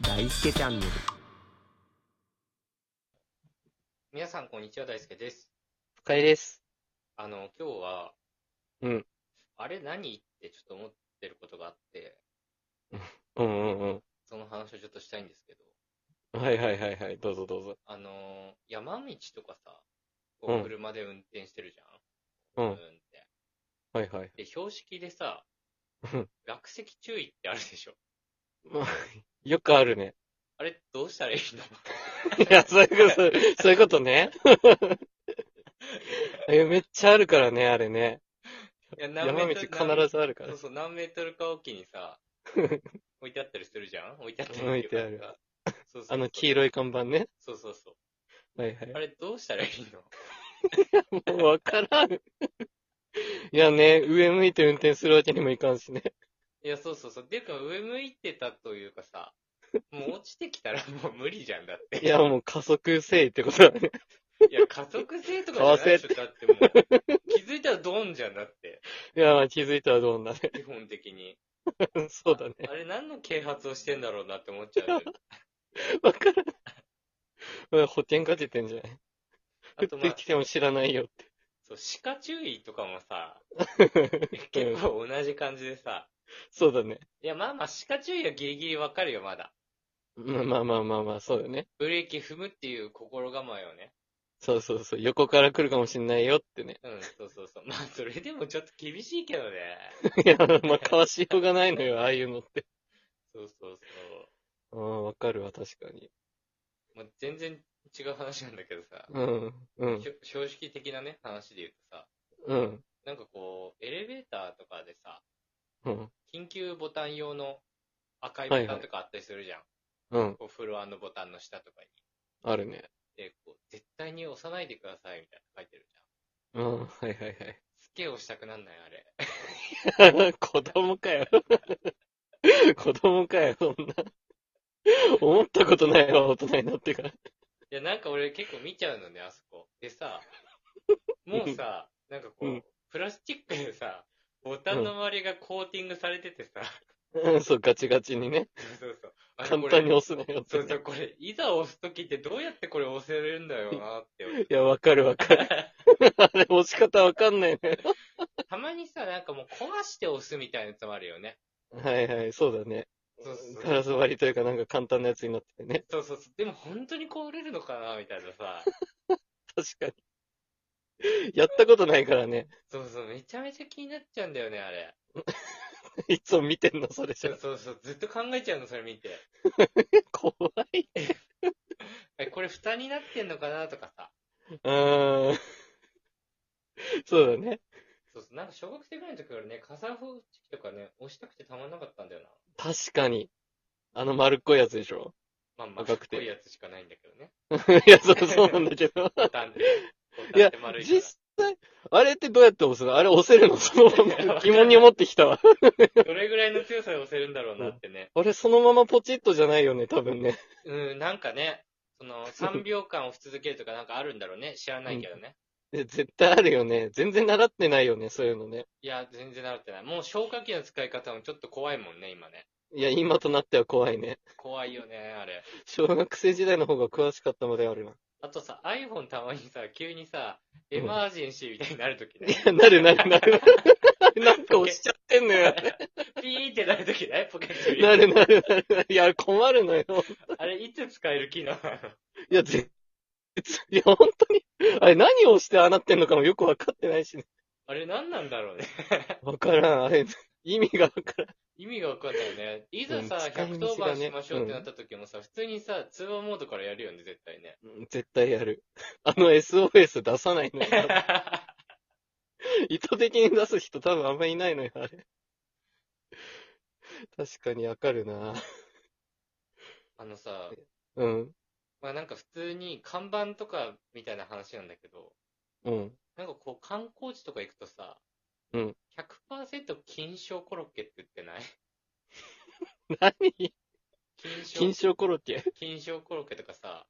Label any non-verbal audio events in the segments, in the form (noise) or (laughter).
大輔チャンネル皆さん、こんにちは。大輔です。深井です。あの、今日は、うん。あれ何ってちょっと思ってることがあって、うんうんその話をちょっとしたいんですけど、うん。はいはいはいはい。どうぞどうぞ。あのー、山道とかさ、うこうん車で運転してるじゃん。うんって。はいはい。で、標識でさうん、落石注意ってあるでしょ。まあ、よくあるね。 (laughs) あれ、どうしたらいいの (laughs) いや、そういうこと、そういうことね。 (laughs) えめっちゃあるからね、あれね。いや山道必何ずあるかそうそう、何メートルかおきに (laughs) さ、ら。置いてあったりするじゃん置いてあったり置いてある。そうそうそあうの黄色い看板ね。そうそうそう。はいあはれ、どうしたらいいのい。もうわからん。 (laughs) いやね、上向いて運転するわけにもいかんしね。いや、そうそうそう。ていうか、上向いてたというかさ、もう落ちてきたら (laughs) もう無理じゃんだっいて。や、もう加速せいってことだね。いや、加速性とかじゃないでしょ。だってもう、気づいたらドンじゃんだって。いや、まあ気づいたらどうなる。基本的に。 (laughs) そうだね。あれ何の啓発をしてんだろうなって思っちゃう。わからん。保険かけてんじゃないあ降とっ (laughs) まてあき、ても知らないよって。そう、鹿注意とかもさ、結構同じ感じでさ、 (laughs) そうだね。いや、まあまあ、鹿注意はギリギリわかるよ、まだ。まあまあまあまあまあ、そうだね。ブレーキ踏むっていう心構えをね。そうそうそう。横から来るかもしんないよってね。 (laughs) うん、そうそうそう。まあ、それでもちょっと厳しいけどね。いや、まあ、かわしようがないのよ、ああいうのって。そうそうそうう。ん、わかるわ、確かに。まあ、全然違う話なんだけどさ、うん、うん、ひょ常識的なね、話で言うとさ、うん、なんかこう、エレベーターとかでさ、うん、緊急ボタン用の赤いボタンとかあったりするじゃん。うん、こうフロアのボタンの下とかに。あるね。で、こう、絶対に押さないでくださいみたいなの書いてるじゃん。うん、はいはいすっげえ押したくなんない、あれ。はい。 (laughs) 子供かよ。子供かよ、そんな。思ったことないわ、大人になってから。いや、なんか俺結構見ちゃうのね、あそこ。(laughs) でさ、もうさ、なんかこう、うんプラスチックでさ、ボタンの周りがコーティングされててさ、うん、そう、ガチガチにね。そうそうそう。あれ簡これ単に押すなよって、そうねそう、。これ、いざ押すときってどうやってこれ押せるんだよなって (laughs) 思う。いや、わかるわかる。あれ、押し方わかんないね。たまにさ、なんかもう壊して押すみたいなやつもあるよね。はいはい、そうだね。そうそうガそう。ラス張りというかなんか簡単なやつになっててね。そうそうそうでも本当にこう折れるのかなみたいなさ。 (laughs) 確かに。やったことないからね。そうそう、めちゃめちゃ気になっちゃうんだよね、あれ。いつも見てんの、それじそゃう。そうそう、ずっと考えちゃうの、それ見て。怖い。え、これ蓋になってんのかなとかさ。うーん。そうだね。そうそう、なんか小学生ぐらいの時からね、火山報知器とかね、押したくてたまんなかったんだよな。確かに。あの丸っこいやつでしょ。まあまあ、かっ赤くてこいいやつしかないんだけどね。いや、そう、そうなんだけど。ボタンって、いボタンっやて丸い、から実際、あれってどうやって押すのあれ押せるのそのまま疑問に思ってきたわ。どれぐらいの強さで押せるんだろうなってね。あれ、そのままポチッとじゃないよね、多分ね。うん、なんかね、その、3秒間押し続けるとかなんかあるんだろうね。知らないけどね。いや絶対あるよね。全然習ってないよね、そういうのね。いや、全然習ってない。もう消火器の使い方もちょっと怖いもんね、今ね。いや、今となっては怖いね。怖いよね、あれ。小学生時代の方が詳しかったまであるな。あとさ、iPhone たまにさ、急にさ、エマージェンシーみたいになるときいね。や、 (laughs) なるなるなる。なんか押しちゃってんのよ。ピーってなるときね、ポケットに。なるなるなるなる。いや、困るのよ。あれ、いつ使える機能なのいや、ぜ、いや、本当に。あれ、何を押してああなってんのかもよくわかってないしね。あれ、何なんだろうね。 (laughs) わからん。あれ、意味がわからん。意味がわかんないよね。いざさ、うん使い道がね110番しましょうってなったときもさ、普通にさ、通話モードからやるよね、絶 (laughs) 対ね。うん絶対やる。あの SOS 出さないのよ。意図的に出す人多分あんまいないのよ、あれ。確かにわかるなあのさ、うん。まあなんか普通に看板とかみたいな話なんだけど、うん。なんかこう観光地とか行くとさ、うん。 100%金賞コロッケって言って (laughs) ない何金賞金賞コロッケ。金賞コロッケとかさ、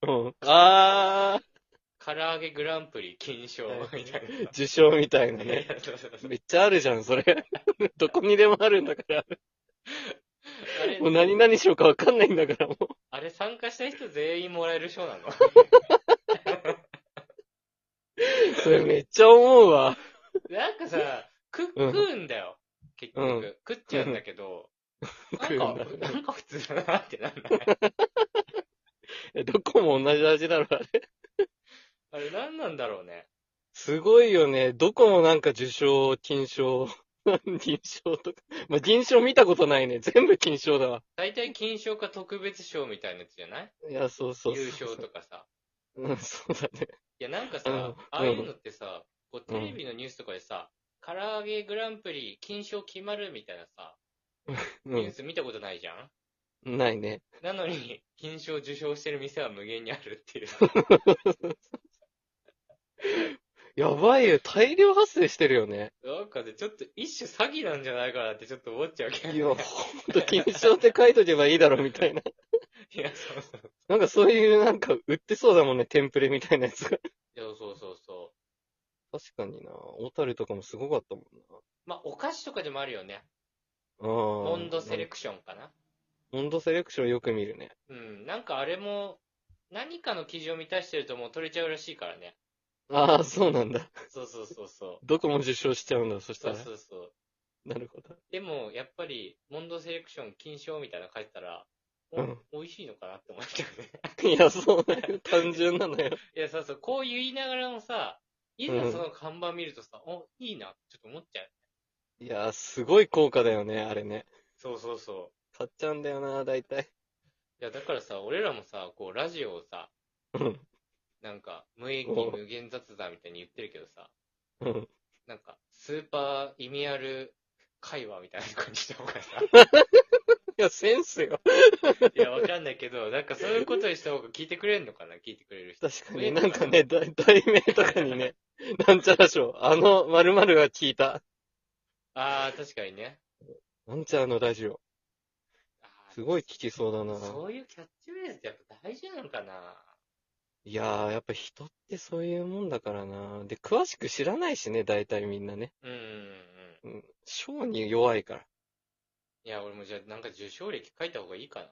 うん。あ唐揚げグランプリ金賞みたいー、受賞みたいな (laughs) な。ね。そうそうそう (laughs) (laughs) めっちゃあるじゃん、それ。どこにでもあるんだから。あれれもう何々しようかわかんないんだから、もう。あれ参加した人全員もらえる賞なのそれめっちゃ思うわ。なんかさ、く、食うんうんだよ。結局、うん食っちゃうんだけど、食なうんんだか、なんか普通だなってなんない。えどこも同じ味だろ、あれ。あれ何なんだろうね。すごいよね。どこもなんか受賞、金賞、 (laughs) 銀賞とか。まあ、銀賞見たことないね。全部金賞だわ。大体金賞か特別賞みたいなやつじゃないいや、そうそうそう。優勝とかさ。うん、そうだね。いや、なんかさ、うんああいうのってさ、こうテレビのニュースとかでさ、唐揚げグランプリ金賞決まるみたいなさ、ニュース見たことないじゃん、うん。ないね。 (laughs) なのに、金賞受賞してる店は無限にあるっ (laughs) ていう。やばいよ。大量発生してるよね。なんかで、ちょっと一種詐欺なんじゃないかなってちょっと思っちゃうけど、いね。や、ほんと金賞って書いとけばいいだろ、みたいな。いや、そうそう。なんかそういう、なんか売ってそうだもんね。テンプレみたいなやつが。いや、そうそうそ確かにな。小樽とかもすごかったもんな。う。まあ、お菓子とかでもあるよね。ああ。温度セレクションかな。温度セレクションよく見るね。うん。なんかあれも、何かの基準を満たしてるともう取れちゃうらしいからね。ああ、そうなんだ。そうそうそうそ。どこも受賞しちゃうんだ、そうしたそうら。そうそう。なるほど。でも、やっぱり、モンドセレクション金賞みたいなの書いてたら、おうん美味しいのかなって思っちゃうね。 (laughs) いや、そうだよ。単純なのよ。いや、そうそう、こう言いながらもさ、いざうんその看板見るとさ、お、いいな、ちょっと思っちゃう。いや、すごい効果だよね、あれね。そうそうそ買っちゃうんだよな、大体。う。いや、だからさ、俺らもさ、こう、ラジオをさ、うん。なんか、無益おう無限雑談みたいに言ってるけどさ、うん。なんか、スーパー意味ある会話みたいな感じした方がさ、 (laughs) いや、センスよ。いや、わかんないけど、なんかそういうことにした方が聞いてくれるのかな、聞いてくれる人。確かに。なんかね、だ題名とかにね、なんちゃら賞、あの〇〇が聞いた。あー、確かにね。なんちゃらのラジオ。あーすごい聞きそうだな。そういうキャッチフレーズってやっぱ大事なのかないやー、やっぱ人ってそういうもんだからな。で、詳しく知らないしね、大体みんなね。うんうんうん。うん。賞に弱いから。 (laughs) いや、俺もじゃあなんか受賞歴書いた方がいい (laughs) かな。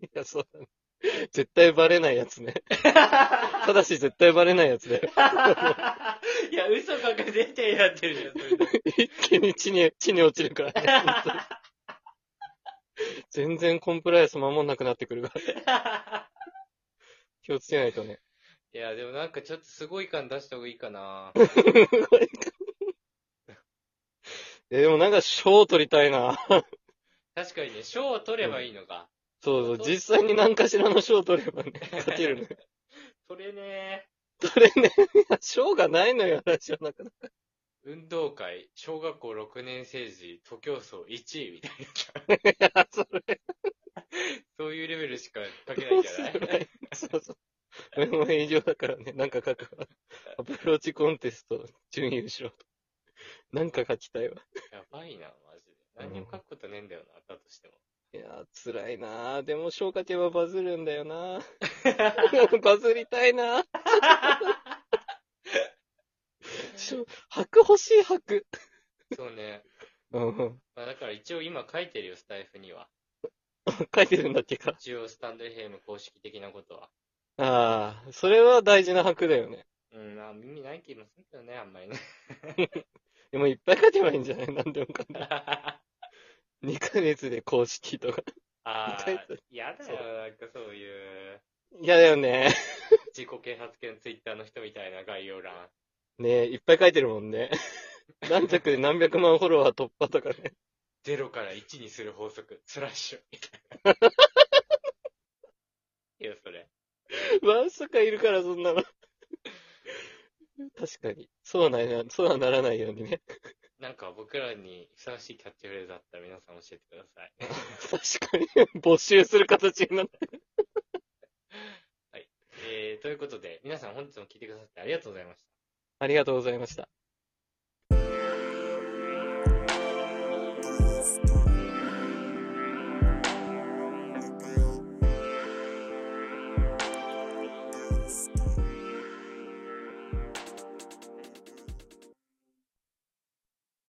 いや、そうだね。 (laughs) 絶対バレないやつね。ただし絶対バレないやつで。いや、嘘ばっか出てやってるじゃん、それで。 (laughs) 一気に地に、地に落ちるからね。本 (laughs) 当に全然コンプライアンス守んなくなってくるから。 (laughs) 気をつけないとね。 (laughs) いや、でもなんかちょっとすごい感出した方がいい (laughs) かな。いや、でもなんか賞を取りたいな。 (laughs) 確かにね、賞を取ればいいのか。そうそう、実際に何かしらの賞を取ればね、勝てる (laughs) のよ。取れねそれね、いや賞がないのよ、ラジオの中で。 (laughs) え。運動会、小学校6年生時、徒競走1位みたいな。 (laughs) いや、それそういうレベルしか書けないどんうじすゃなれいばいいそうそう。俺も営業だからね、なんか書くわ。アプローチコンテスト、準優勝。なんか書きたいわ。やばいな、マジで。何も書くことねえんだよな、だとしても。 (laughs) いやー、辛いなー。でも、消化系はバズるんだよ (laughs) なー。バズりたいなー。しょ白欲しい白。そうね。うんうん。まあ、だから一応今書いてるよ、スタイフには。書いてるんだっけか。一応スタンド FM 公式的なことは。ああ、それは大事な白だよね。うん、まあ耳ない気もするけどね、あん (laughs) まりね。でも、いっぱい書けばいいんじゃないなんでもかんでも。あ2ヶ月で公式とか。あ書いてー、やだそうよ、なんかそういう、嫌だよね。自己啓発系のツイッターの人みたいな概要欄。ねえ、いっぱい書いてるもんね。 (laughs) 何百で何百万フォロワー突破とかね。 (laughs) 0から1にする法則、スラッシュ。みたいないや、それ。ワンサカいるから、そんなの。確かに。そうはないな、そうはならないようにね。なんか僕らにふさわしいキャッチフレーズあったら皆さん教えてください。確 (laughs) かに。募集する形になって。えー、ということで、皆さん本日も聞いてくださってありがとうございました。ありがとうございました。